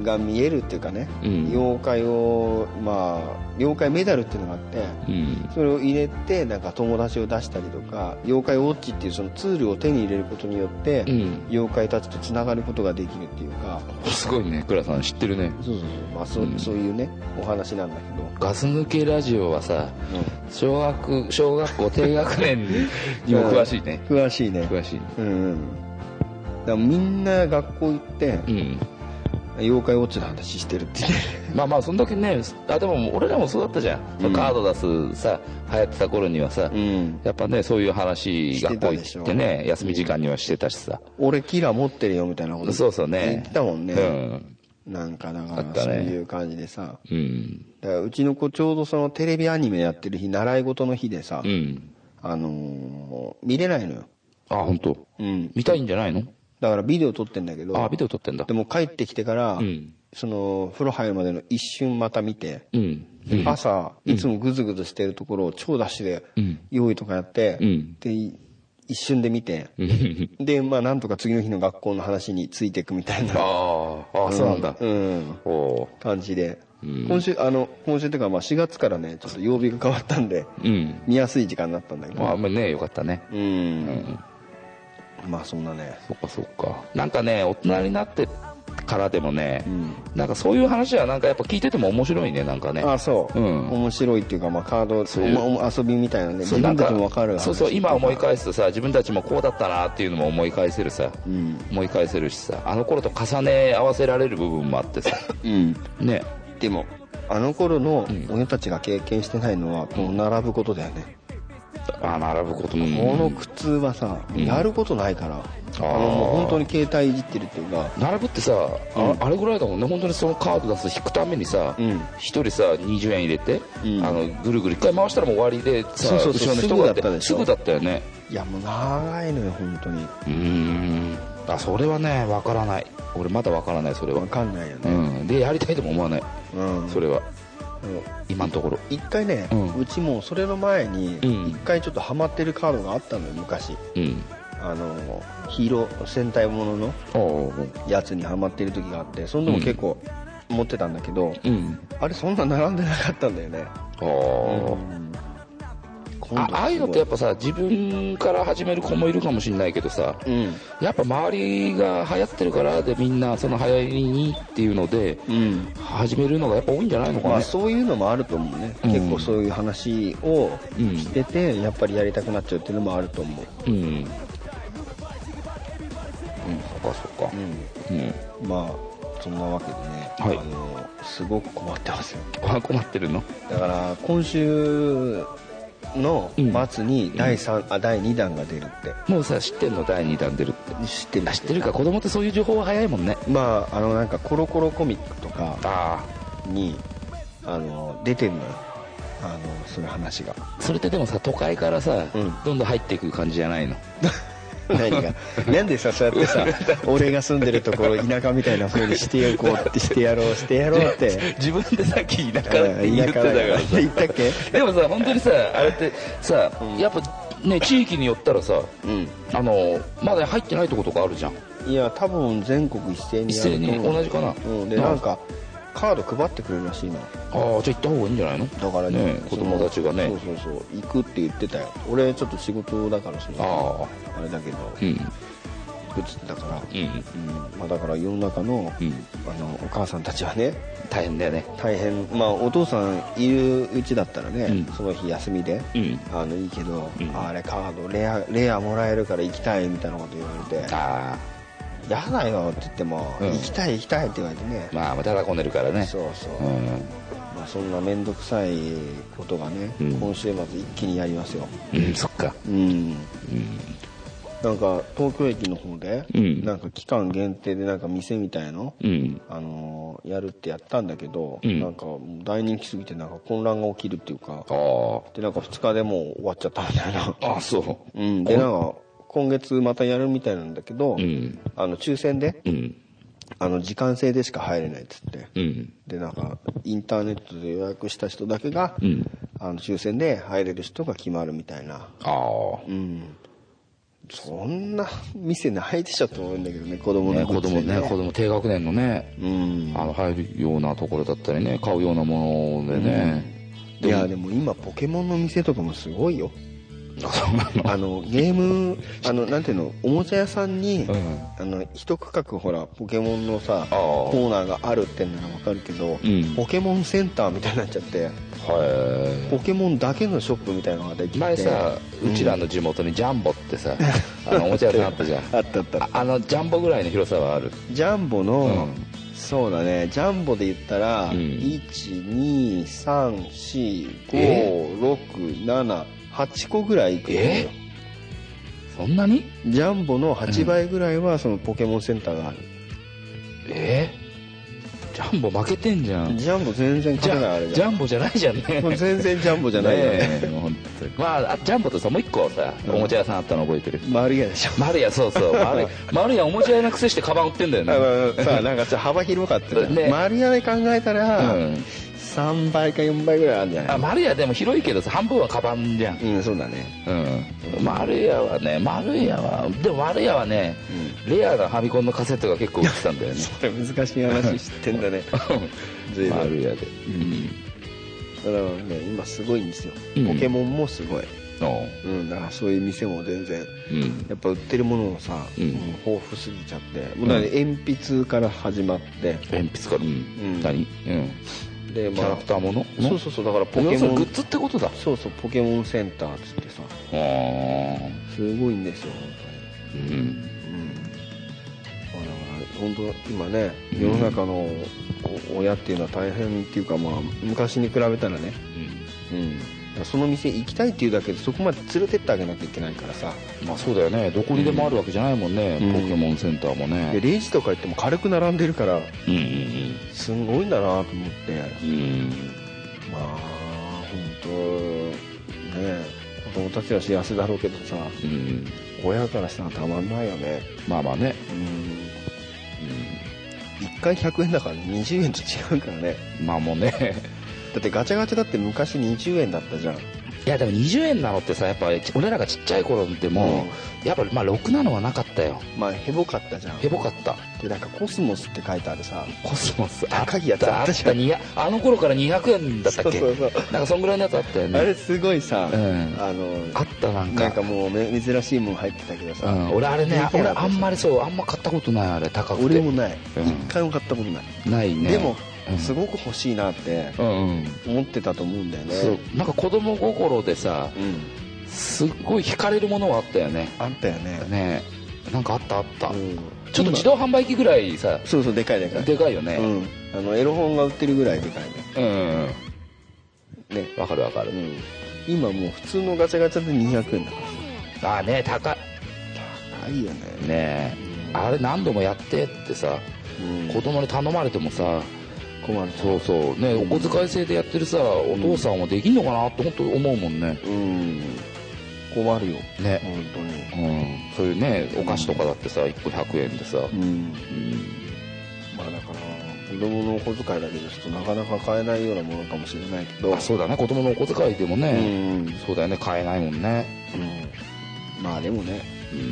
Speaker 4: が見えるっていうかね、
Speaker 3: うん
Speaker 4: 妖怪をまあ妖怪メダルっていうのがあって
Speaker 3: うん
Speaker 4: それを入れてなんか友達を出したりとか妖怪ウォッチっていうそのツールを手に入れることによって、
Speaker 3: うん
Speaker 4: 妖怪たちとつながることができるっていうか
Speaker 3: すごいね倉さん知ってるね
Speaker 4: そうそうそう,、まあ、そう
Speaker 3: うん
Speaker 4: そういうねお話なんだけど。
Speaker 3: ガス抜けラジオはさ小学小学校低学年 にも詳しいね
Speaker 4: 詳しいね
Speaker 3: 詳しい
Speaker 4: うんうんだからみんな学校行って、
Speaker 3: うん
Speaker 4: 妖怪ウォッチの話してる っていう
Speaker 3: まあまあそんだけねあでも俺らもそうだったじゃん、そのカード出すさ流行ってた頃にはさ、
Speaker 4: ん
Speaker 3: やっぱねそういう話
Speaker 4: して
Speaker 3: 学
Speaker 4: た
Speaker 3: 校
Speaker 4: でし
Speaker 3: 行
Speaker 4: ょ
Speaker 3: ってね休み時間にはしてたしさ、
Speaker 4: 俺キラ持ってるよみたいなこと
Speaker 3: そうそうね
Speaker 4: 言ってたもんね、
Speaker 3: うん
Speaker 4: なんかだ
Speaker 3: あ
Speaker 4: か
Speaker 3: っ
Speaker 4: ら
Speaker 3: た
Speaker 4: そう
Speaker 3: ね
Speaker 4: いう感じでさ
Speaker 3: うん
Speaker 4: だからうちの子ちょうどそのテレビアニメやってる日習い事の日でさ、
Speaker 3: うん
Speaker 4: あのー見れないのよ、
Speaker 3: あ本当
Speaker 4: うん、
Speaker 3: 見たいんじゃないの
Speaker 4: だからビデオ撮ってんだけど
Speaker 3: あビデオ撮ってんだ
Speaker 4: でも帰ってきてから、
Speaker 3: ん
Speaker 4: その風呂入るまでの一瞬また見て、
Speaker 3: うんうん
Speaker 4: 朝いつもグズグズしてるところを超ダッシュで
Speaker 3: ん
Speaker 4: 用意とかやって、
Speaker 3: うん
Speaker 4: でい一瞬で見て、
Speaker 3: うん
Speaker 4: でまあなんとか次の日の学校の話についていくみたいな
Speaker 3: あーあーそうなんだ、
Speaker 4: うん
Speaker 3: おー
Speaker 4: 感じで、今週あの今週っていうかまあ4月からねちょっと曜日が変わったんで、
Speaker 3: うん
Speaker 4: 見やすい時間になったんだけど、
Speaker 3: まあまあねよかったね
Speaker 4: うん、まあそんなね
Speaker 3: そっかそっかなんかね大人になってからでもね、
Speaker 4: ん
Speaker 3: なんかそういう話はなんかやっぱ聞いてても面白いねなんかね
Speaker 4: あそう、
Speaker 3: うん
Speaker 4: 面白いっていうか、まあ、カード
Speaker 3: そういう
Speaker 4: おま遊びみたいなね
Speaker 3: そ
Speaker 4: 自
Speaker 3: うな
Speaker 4: 分
Speaker 3: ん
Speaker 4: たちも分かる話
Speaker 3: そうそう今思い返すとさ自分たちもこうだったなっていうのも思い返せるさ、
Speaker 4: ん
Speaker 3: 思い返せるしさあの頃と重ね合わせられる部分もあ ってさ
Speaker 4: うん
Speaker 3: ね
Speaker 4: でもあの頃の俺たちが経験してないのはこの並ぶことだよね、
Speaker 3: あ並ぶことも
Speaker 4: この苦痛はさ、やることないからあのもう本当に携帯いじってるっていうか
Speaker 3: 並ぶってさあ,、あれぐらいだもんね本当にそのカード出す引くためにさ
Speaker 4: うん
Speaker 3: 一、人さ20円入れて、
Speaker 4: うん
Speaker 3: あのぐるぐる一回回したらもう終わりでさ
Speaker 4: そうそうそ
Speaker 3: 後
Speaker 4: う
Speaker 3: ろの人が
Speaker 4: すぐだったでし
Speaker 3: す
Speaker 4: ょ
Speaker 3: ぐだったよね
Speaker 4: いやもう長いのよ本当に
Speaker 3: うーんあそれはねわからない俺まだわからないそれは
Speaker 4: 分かんないよ
Speaker 3: う
Speaker 4: ね
Speaker 3: んでやりたいとも思わない
Speaker 4: うん、
Speaker 3: それは
Speaker 4: うん
Speaker 3: 今のところ
Speaker 4: 一回ね、
Speaker 3: う
Speaker 4: うんちもそれの前に
Speaker 3: うん
Speaker 4: 一回ちょっとハマってるカードがあったのよ昔
Speaker 3: うん
Speaker 4: あのヒーロー戦隊ものの
Speaker 3: おう
Speaker 4: やつにハマってる時があってそんでも結構持ってたんだけど、
Speaker 3: うん
Speaker 4: あれそんな並んでなかったんだよね
Speaker 3: ああ、
Speaker 4: 今
Speaker 3: あ
Speaker 4: 度
Speaker 3: ああいうのってやっぱさ自分から始める子もいるかもしれないけどさ、
Speaker 4: うん
Speaker 3: やっぱ周りが流行ってるからでみんなその流行りにっていうので
Speaker 4: うん
Speaker 3: 始めるのがやっぱ多いんじゃないのか
Speaker 4: ま
Speaker 3: な
Speaker 4: あ、そういうのもあると思うね、
Speaker 3: うん
Speaker 4: 結構そういう話をしてて、やっぱりやりたくなっちゃうっていうのもあると思う、
Speaker 3: うんうんそっかそっかうん
Speaker 4: まあそんなわけでね、
Speaker 3: はい
Speaker 4: あのすごく困ってますよ
Speaker 3: あ困ってるの
Speaker 4: だから今週の末に第三、あ第2弾が出るって
Speaker 3: もうさ知ってんの第2弾出るって
Speaker 4: 知ってる
Speaker 3: あ知ってるか子供ってそういう情報は早いもんね
Speaker 4: まああのなんかコロコロコミックとか
Speaker 3: あ
Speaker 4: にあの出てるのよあのそういう話が
Speaker 3: あそれってでもさ都会からさ、
Speaker 4: うん
Speaker 3: どんどん入っていく感じじゃないの
Speaker 4: 何 がなんでさそうやってさ俺が住んでるところ田舎みたいな風にしてよこうってしてやろうしてやろう って
Speaker 3: 自分でさっき田舎って言ってたか
Speaker 4: うん田舎だ
Speaker 3: ら
Speaker 4: よ
Speaker 3: さ
Speaker 4: 言ったっけ
Speaker 3: でもさ本当にさあれってさ、やっぱね地域によったらさ
Speaker 4: うん
Speaker 3: あのまだ入ってないとことかあるじゃん
Speaker 4: いや多分全国一斉にやると思
Speaker 3: 一斉に同
Speaker 4: う
Speaker 3: じかな
Speaker 4: うん、でなんかカード配ってくれるらしいな
Speaker 3: ああじゃあ行った方がいいんじゃないの
Speaker 4: だから
Speaker 3: ね
Speaker 4: その
Speaker 3: 子供たちがね
Speaker 4: そうそうそう行くって言ってたよ俺ちょっと仕事だからそ
Speaker 3: あ
Speaker 4: のあれだけど
Speaker 3: あうん
Speaker 4: 行くっつってたから
Speaker 3: うん
Speaker 4: うんまあ、だから世の中の,、
Speaker 3: うん
Speaker 4: あのお母さんたちはね
Speaker 3: 大変だよね
Speaker 4: 大変まあお父さんいるうちだったらね、
Speaker 3: うん
Speaker 4: その日休みで、
Speaker 3: うん
Speaker 4: あのいいけど、
Speaker 3: うん
Speaker 4: あれカードレアレアもらえるから行きたいみたいなこと言われて
Speaker 3: あ
Speaker 4: 「やだよ」って言っても、
Speaker 3: うん
Speaker 4: 行きたい行きたい」って言われてね
Speaker 3: あ、まあまただこねるからね
Speaker 4: そうそう、
Speaker 3: うん
Speaker 4: まあ、そんな面倒くさいことがね、
Speaker 3: うん
Speaker 4: 今週末一気にやりますよ
Speaker 3: うんそっか
Speaker 4: うんなんか東京駅の方で、
Speaker 3: うん
Speaker 4: なんか期間限定でなんか店みたいの、
Speaker 3: うん
Speaker 4: あのーやるってやったんだけど、
Speaker 3: うん
Speaker 4: なんかもう大人気すぎてなんか混乱が起きるっていうか
Speaker 3: ああ
Speaker 4: でなんか2日でもう終わっちゃったみたいな、
Speaker 3: あそう
Speaker 4: うん、でなんか今月またやるみたいなんだけど、
Speaker 3: ん
Speaker 4: あの抽選で
Speaker 3: うん
Speaker 4: あの時間制でしか入れないっつって、
Speaker 3: うん
Speaker 4: でなんかインターネットで予約した人だけが、
Speaker 3: ん
Speaker 4: あの抽選で入れる人が決まるみたいな
Speaker 3: ああ
Speaker 4: うんそんな店ないでしょと思うんだけどね子供の
Speaker 3: ね
Speaker 4: こ
Speaker 3: 子
Speaker 4: っち
Speaker 3: 供
Speaker 4: で
Speaker 3: ね子供低学年のね
Speaker 4: うん
Speaker 3: あの入るようなところだったりね買うようなものでね、
Speaker 4: いやでも今ポケモンの店とかもすごいよ
Speaker 3: そうなの
Speaker 4: あのゲームあのなんていうのおもちゃ屋さんに、
Speaker 3: ん
Speaker 4: あの一区画ほらポケモンのさ
Speaker 3: あー
Speaker 4: コーナーがあるってんならわかるけど、
Speaker 3: うん
Speaker 4: ポケモンセンターみたいになっちゃって
Speaker 3: は
Speaker 4: ポケモンだけのショップみたいなのができ
Speaker 3: い
Speaker 4: て
Speaker 3: 前さうちらの地元にジャンボってさ、 あのおもちゃ屋さんあったじゃん
Speaker 4: あったあった
Speaker 3: ああのジャンボぐらいの広さはある
Speaker 4: ジャンボの、
Speaker 3: う
Speaker 4: そうだねジャンボで言ったら、
Speaker 3: うん
Speaker 4: 1234567個ぐらいいくんだよ
Speaker 3: えそんなに
Speaker 4: ジャンボの8倍ぐらいはそのポケモンセンターがある、
Speaker 3: えジャンボ負けてんじゃん
Speaker 4: ジャンボ全然
Speaker 3: ジ
Speaker 4: 勝てないあれ
Speaker 3: ャ
Speaker 4: じゃん
Speaker 3: ジャンボじゃないじゃんね
Speaker 4: もう全然ジャンボじゃないよね
Speaker 3: ねえもう本当にまああジャンボとさもう一個さおもちゃ屋さんあったの覚えてる、
Speaker 4: 丸いやでしょ
Speaker 3: マルヤそう そうマルヤマルヤおもちゃ屋のくせしてカバン売ってんだよね
Speaker 4: あまあさあなんかちょっと幅広かったね
Speaker 3: ね
Speaker 4: 丸屋で考えたら、
Speaker 3: うん
Speaker 4: 3倍か4倍ぐらいあるんじゃな
Speaker 3: あ
Speaker 4: い
Speaker 3: マルヤでも広いけどさ半分はカバンじゃん
Speaker 4: うんそうだね
Speaker 3: うん丸屋はね丸屋はでも丸屋はね、レアなファミコンのカセットが結構売ってたんだよね
Speaker 4: これ難しい話知って んだね 随分
Speaker 3: 丸屋で
Speaker 4: だからね今すごいんですよ、
Speaker 3: うん
Speaker 4: ポケモンもすごい、
Speaker 3: うんおう
Speaker 4: うん、だからそういう店も全然
Speaker 3: うん
Speaker 4: やっぱ売ってるものもさ、
Speaker 3: うん
Speaker 4: もう豊富すぎちゃって、もうだから鉛筆から始まって
Speaker 3: 鉛筆から、うん
Speaker 4: ん
Speaker 3: 何、うん、
Speaker 4: で、
Speaker 3: キャラクターもの
Speaker 4: そうそうそうだからポ
Speaker 3: ポケ
Speaker 4: ケ
Speaker 3: モ
Speaker 4: モ
Speaker 3: ン
Speaker 4: ン
Speaker 3: グッズってことだ
Speaker 4: そうそうポケモンセンターっつってさ
Speaker 3: あー
Speaker 4: すごいんですよ本
Speaker 3: うん
Speaker 4: 当にうんだから本当今ね世の中のお親っていうのは大変っていうかまあ昔に比べたらね、うん、だからその店行きたいっていうだけでそこまで連れてってあげなきゃいけないからさ
Speaker 3: まあそうだよねどこにでもあるわけじゃないもんね、
Speaker 4: うん
Speaker 3: ポケモンセンターも
Speaker 4: で
Speaker 3: ね
Speaker 4: レジとか行っても軽く並んでるから
Speaker 3: うん
Speaker 4: すごいんだなと思って
Speaker 3: うんうんうん
Speaker 4: まあ本当ねえ子供たちは幸せだろうけどさ
Speaker 3: うん
Speaker 4: 親からしたらたまんないよね
Speaker 3: まあまあね
Speaker 4: うん1回100円だから20円と違うからね
Speaker 3: まあもうね
Speaker 4: だってガチャガチャだって昔20円だったじゃん
Speaker 3: えやでも20円なのってさやっぱ俺らがちっちゃい頃でも、やっぱまあろくなのはなかったよ
Speaker 4: まあヘボかったじゃん
Speaker 3: へぼかった
Speaker 4: でなんかコスモスって書いてあるさ
Speaker 3: コスモス
Speaker 4: 高いやつ
Speaker 3: あ
Speaker 4: あ
Speaker 3: っ
Speaker 4: ったた
Speaker 3: あっ
Speaker 4: じ
Speaker 3: た
Speaker 4: ゃん
Speaker 3: にやあの頃から200円だったっけ
Speaker 4: そうそうそう
Speaker 3: なんかそんぐらいのやつあったよね
Speaker 4: あれすごいさ、
Speaker 3: うん
Speaker 4: あの
Speaker 3: あったなんか
Speaker 4: なんかもうめ珍しいもん入ってたけど
Speaker 3: う
Speaker 4: さ、
Speaker 3: ん、俺あれね
Speaker 4: 高い
Speaker 3: 俺
Speaker 4: やつ
Speaker 3: あんまりそうあんま買ったことないあれ高くて
Speaker 4: 俺もない
Speaker 3: うん
Speaker 4: 一、回も買ったことない、
Speaker 3: ないね
Speaker 4: でも、
Speaker 3: うん
Speaker 4: すごく欲しいなって
Speaker 3: うんうん
Speaker 4: 思ってたと思うんだよね
Speaker 3: そうなんか子供心でさ
Speaker 4: うん
Speaker 3: すっごい惹かれるものはあったよね
Speaker 4: あったよね
Speaker 3: ねなんかあったあった、
Speaker 4: うん
Speaker 3: ちょっと自動販売機ぐらいさ
Speaker 4: そうそうでかいでかい
Speaker 3: でかいよね
Speaker 4: うん、あのエロ本が売ってるぐらいでかい
Speaker 3: うんうん
Speaker 4: ねね、
Speaker 3: わかるわかる、
Speaker 4: うん、今もう普通のガチャガチャで200円だか
Speaker 3: ああね高い
Speaker 4: ら高いよね
Speaker 3: ねえあれ何度もやってってさ
Speaker 4: うん
Speaker 3: 子供に頼まれてもさ
Speaker 4: 困る
Speaker 3: そうそうねお小遣い制でやってるさお父さんはできんのかなって本当思うもんね
Speaker 4: うん困るよ
Speaker 3: ね
Speaker 4: 本当に
Speaker 3: うんそういうねお菓子とかだってさ1個100円でさ
Speaker 4: うん
Speaker 3: うん
Speaker 4: まあだから子供のお小遣いだけですとなかなか買えないようなものかもしれないけど
Speaker 3: あそうだね子供のお小遣いでも
Speaker 4: う
Speaker 3: ね
Speaker 4: ん、うん、
Speaker 3: そうだよね買えないもんね
Speaker 4: まあでもね、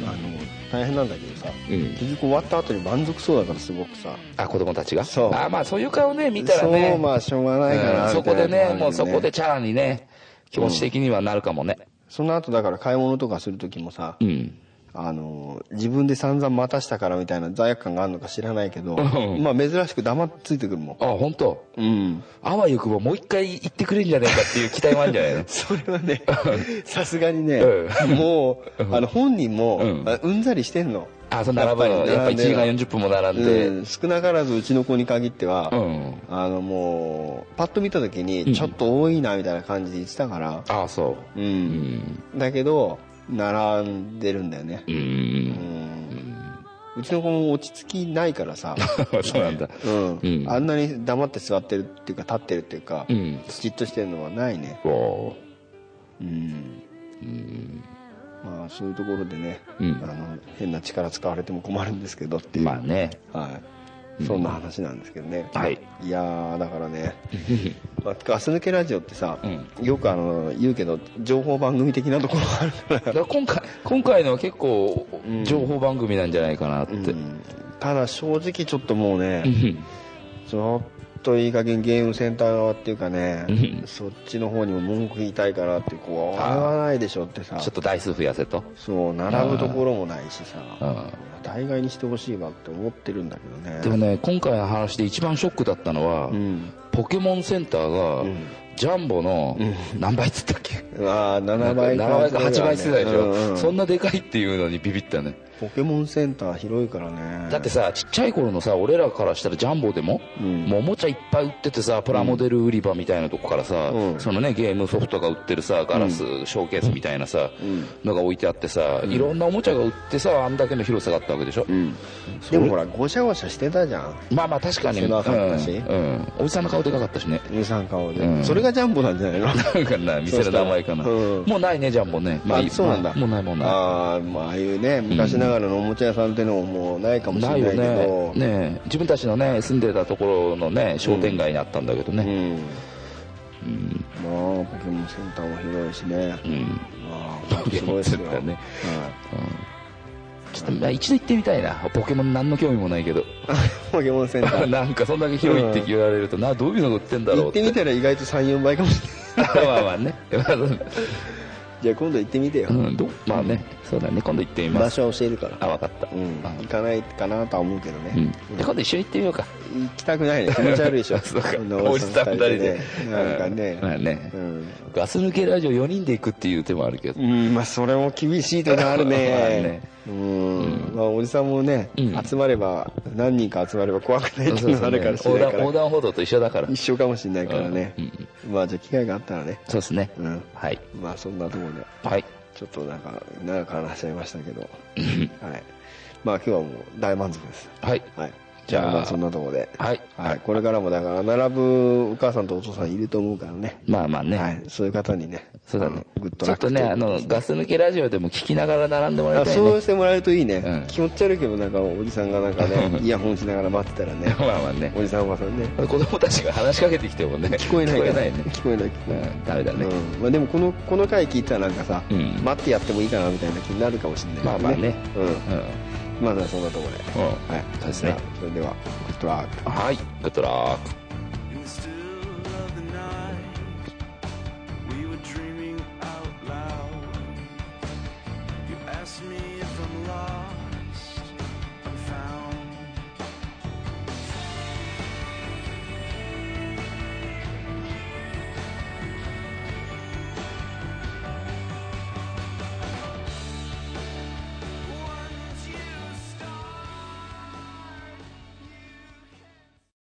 Speaker 4: あの大変なんだけどさ
Speaker 3: うん
Speaker 4: 結局終わった後に満足そうだからすごくさ
Speaker 3: あ子供たちが
Speaker 4: そう
Speaker 3: あまあそういう顔ね見たらね
Speaker 4: そうまあしょうがないか
Speaker 3: う
Speaker 4: なみたいな、
Speaker 3: んそこでねもうそこでチャラにね気持ち的にはなるかもね
Speaker 4: その後だから買い物とかする時もさ、
Speaker 3: うん
Speaker 4: あの自分で散々待たしたからみたいな罪悪感があるのか知らないけど、
Speaker 3: うん
Speaker 4: まあ珍しく黙ってついてくるもん
Speaker 3: あ本当
Speaker 4: うん
Speaker 3: あわゆくばもう一回行ってくれんじゃねえかっていう期待もあるんじゃない の
Speaker 4: それはねさすがにね、
Speaker 3: う
Speaker 4: もうあの本人も、
Speaker 3: うん
Speaker 4: あうんざりしてんの
Speaker 3: あそう並ぶのやっぱ1
Speaker 4: り
Speaker 3: 時間40分も並んで
Speaker 4: うん少なからずうちの子に限っては、
Speaker 3: うん
Speaker 4: あのもうパッと見た時にちょっと多いなみたいな感じで言ってたから、
Speaker 3: ああそうううんん
Speaker 4: だけど並んでるんだよね
Speaker 3: う
Speaker 4: うんんうちの子も落ち着きないか らさ、
Speaker 3: そうなんだ
Speaker 4: うん
Speaker 3: うん
Speaker 4: あんなに黙って座ってるっていうか立ってるっていうか、
Speaker 3: うん
Speaker 4: じっとしてるのはないね
Speaker 3: おー
Speaker 4: うん、まあそういうところでね、
Speaker 3: うん
Speaker 4: あの変な力使われても困るんですけどっていう、
Speaker 3: まあね
Speaker 4: はい、そんな話なんですけどね、
Speaker 3: はい
Speaker 4: いやーだから ね、まあ、ガス抜けラジオってさ、
Speaker 3: う
Speaker 4: よくあの言うけど情報番組的なところがあるから
Speaker 3: だから今回今回のは結構
Speaker 4: うん
Speaker 3: 情報番組なんじゃないかなって、
Speaker 4: うんただ正直ちょっともうね、
Speaker 3: うん
Speaker 4: ちょっといい加減ゲームセンター側っていうかね、
Speaker 3: うん
Speaker 4: そっちの方にも文句言いたいからってこう
Speaker 3: あー
Speaker 4: あれはないでしょってさ
Speaker 3: ちょっと台数増やせと、
Speaker 4: そう並ぶところもないしさ、
Speaker 3: うん
Speaker 4: 大概にしてほしいわって思ってるんだけどね
Speaker 3: でもね今回の話で一番ショックだったのは、
Speaker 4: うん
Speaker 3: ポケモンセンターが、
Speaker 4: ん
Speaker 3: ジャンボの、何倍っつったっけ
Speaker 4: ああ7
Speaker 3: 7
Speaker 4: 倍
Speaker 3: 倍か
Speaker 4: か
Speaker 3: 8倍してたでしょ、
Speaker 4: うんうん
Speaker 3: そんなでかいっていうのにビビったね、
Speaker 4: ポケモンセンター広いからね
Speaker 3: だってさちっちゃい頃のさ俺らからしたらジャンボでも、
Speaker 4: うん
Speaker 3: もうおもちゃいっぱい売っててさプラモデル売り場みたいなとこからさ、
Speaker 4: うん
Speaker 3: そのねゲームソフトが売ってるさガラスショーケースみたいなさ、のが置いてあってさ、いろんなおもちゃが売ってさあんだけの広さがあったわけでしょ、
Speaker 4: うんでもほらごしゃごしゃしてたじゃん
Speaker 3: まあまあ確かに
Speaker 4: 背中あったし
Speaker 3: うんうんおじさんの顔でかかったしね
Speaker 4: 二三顔で、
Speaker 3: うん
Speaker 4: それがジャンボなんじ ゃないの
Speaker 3: なんかな店の名前かな、
Speaker 4: うん
Speaker 3: もうないねジャンボねまあいい
Speaker 4: あそうなんだ
Speaker 3: もうないもんない
Speaker 4: ああまあああいうね昔ながらのおもちゃ屋さんってのももうないかもしれ
Speaker 3: な
Speaker 4: ないい
Speaker 3: よ
Speaker 4: けど
Speaker 3: ねねえ自分たちのね住んでたところのね商店街にあったんだけどね、
Speaker 4: うん、まあポケモンセンターも広いしね、
Speaker 3: うん
Speaker 4: まあ
Speaker 3: ポケモンセンターね
Speaker 4: すごいですよはい
Speaker 3: ちょっと、まあ、一度行ってみたいなポケモン何の興味もないけど
Speaker 4: ポケモンセンター
Speaker 3: なんかそんだけ広いって言われると、などういうのが売ってんだろう
Speaker 4: 行ってみたら意外と34倍かもしれない
Speaker 3: まあまあね、
Speaker 4: じゃあ今度行ってみてよ、
Speaker 3: うん、どまあねそうだね今度行ってみま
Speaker 4: 場
Speaker 3: す
Speaker 4: 所は教えるから
Speaker 3: あ分かった、
Speaker 4: うん
Speaker 3: あ
Speaker 4: 行かないかなとは思うけどね、
Speaker 3: うん、で今度一緒に行ってみようか
Speaker 4: 行きたくないね気持ち悪いでしょ
Speaker 3: そうか
Speaker 4: そんな
Speaker 3: おじさん二人で
Speaker 4: なんかね、
Speaker 3: まあね、
Speaker 4: うん
Speaker 3: ガス抜けラジオ4人で行くっていう手もあるけど、
Speaker 4: うんまあそれも厳しいとこある
Speaker 3: まあ
Speaker 4: ね
Speaker 3: ね
Speaker 4: うん、まあおじさんもね、
Speaker 3: うん
Speaker 4: 集まれば何人か集まれば怖くないっていうのがあるかもし
Speaker 3: そう
Speaker 4: れ
Speaker 3: そう
Speaker 4: な
Speaker 3: 横断
Speaker 4: い
Speaker 3: 横
Speaker 4: から
Speaker 3: 断歩道と一緒だから
Speaker 4: 一緒かもしれないからね、
Speaker 3: うん
Speaker 4: まあじゃあ機会があったらね
Speaker 3: そうですね、
Speaker 4: うん
Speaker 3: はい
Speaker 4: まあそんなところで
Speaker 3: はい
Speaker 4: ちょっとなんか長く話しちゃいましたけどはいまあ今日はもう大満足です
Speaker 3: はい
Speaker 4: はいじゃあまあそんなところで、
Speaker 3: はい。
Speaker 4: はい、これからもだから並ぶお母さんとお父さんいると思うからね、
Speaker 3: まあまあね。
Speaker 4: はい、そういう方にね
Speaker 3: そうだ
Speaker 4: あ
Speaker 3: ね
Speaker 4: のグッ。ド
Speaker 3: ちょ
Speaker 4: ラ
Speaker 3: っ
Speaker 4: ック
Speaker 3: とね、あの、ガス抜けラジオでも聞きながら並んでもらい
Speaker 4: あ
Speaker 3: たいね
Speaker 4: そう。してもらえるといいね、
Speaker 3: うん
Speaker 4: 気持ち悪いけどなんかおじさんがなんかねイヤホンしながら待ってたら ね
Speaker 3: まあまあね。
Speaker 4: おじさんおばさんね
Speaker 3: これ子供たちが話しかけてきてもね。
Speaker 4: 聞こえないから
Speaker 3: ね。
Speaker 4: 聞こえない聞こえない
Speaker 3: うん、ダメだね。
Speaker 4: うんまあ、でもこのこの回聞いたらなんかさ、
Speaker 3: うん
Speaker 4: 待ってやってもいいかなみたいな気になるかもしれない
Speaker 3: まあまあね。
Speaker 4: うん
Speaker 3: うん。
Speaker 4: まずはそんなところで、
Speaker 3: うん
Speaker 4: はい
Speaker 3: そうですね
Speaker 4: じゃあそれではグッドラック
Speaker 3: はい。グッドラック。
Speaker 2: It was still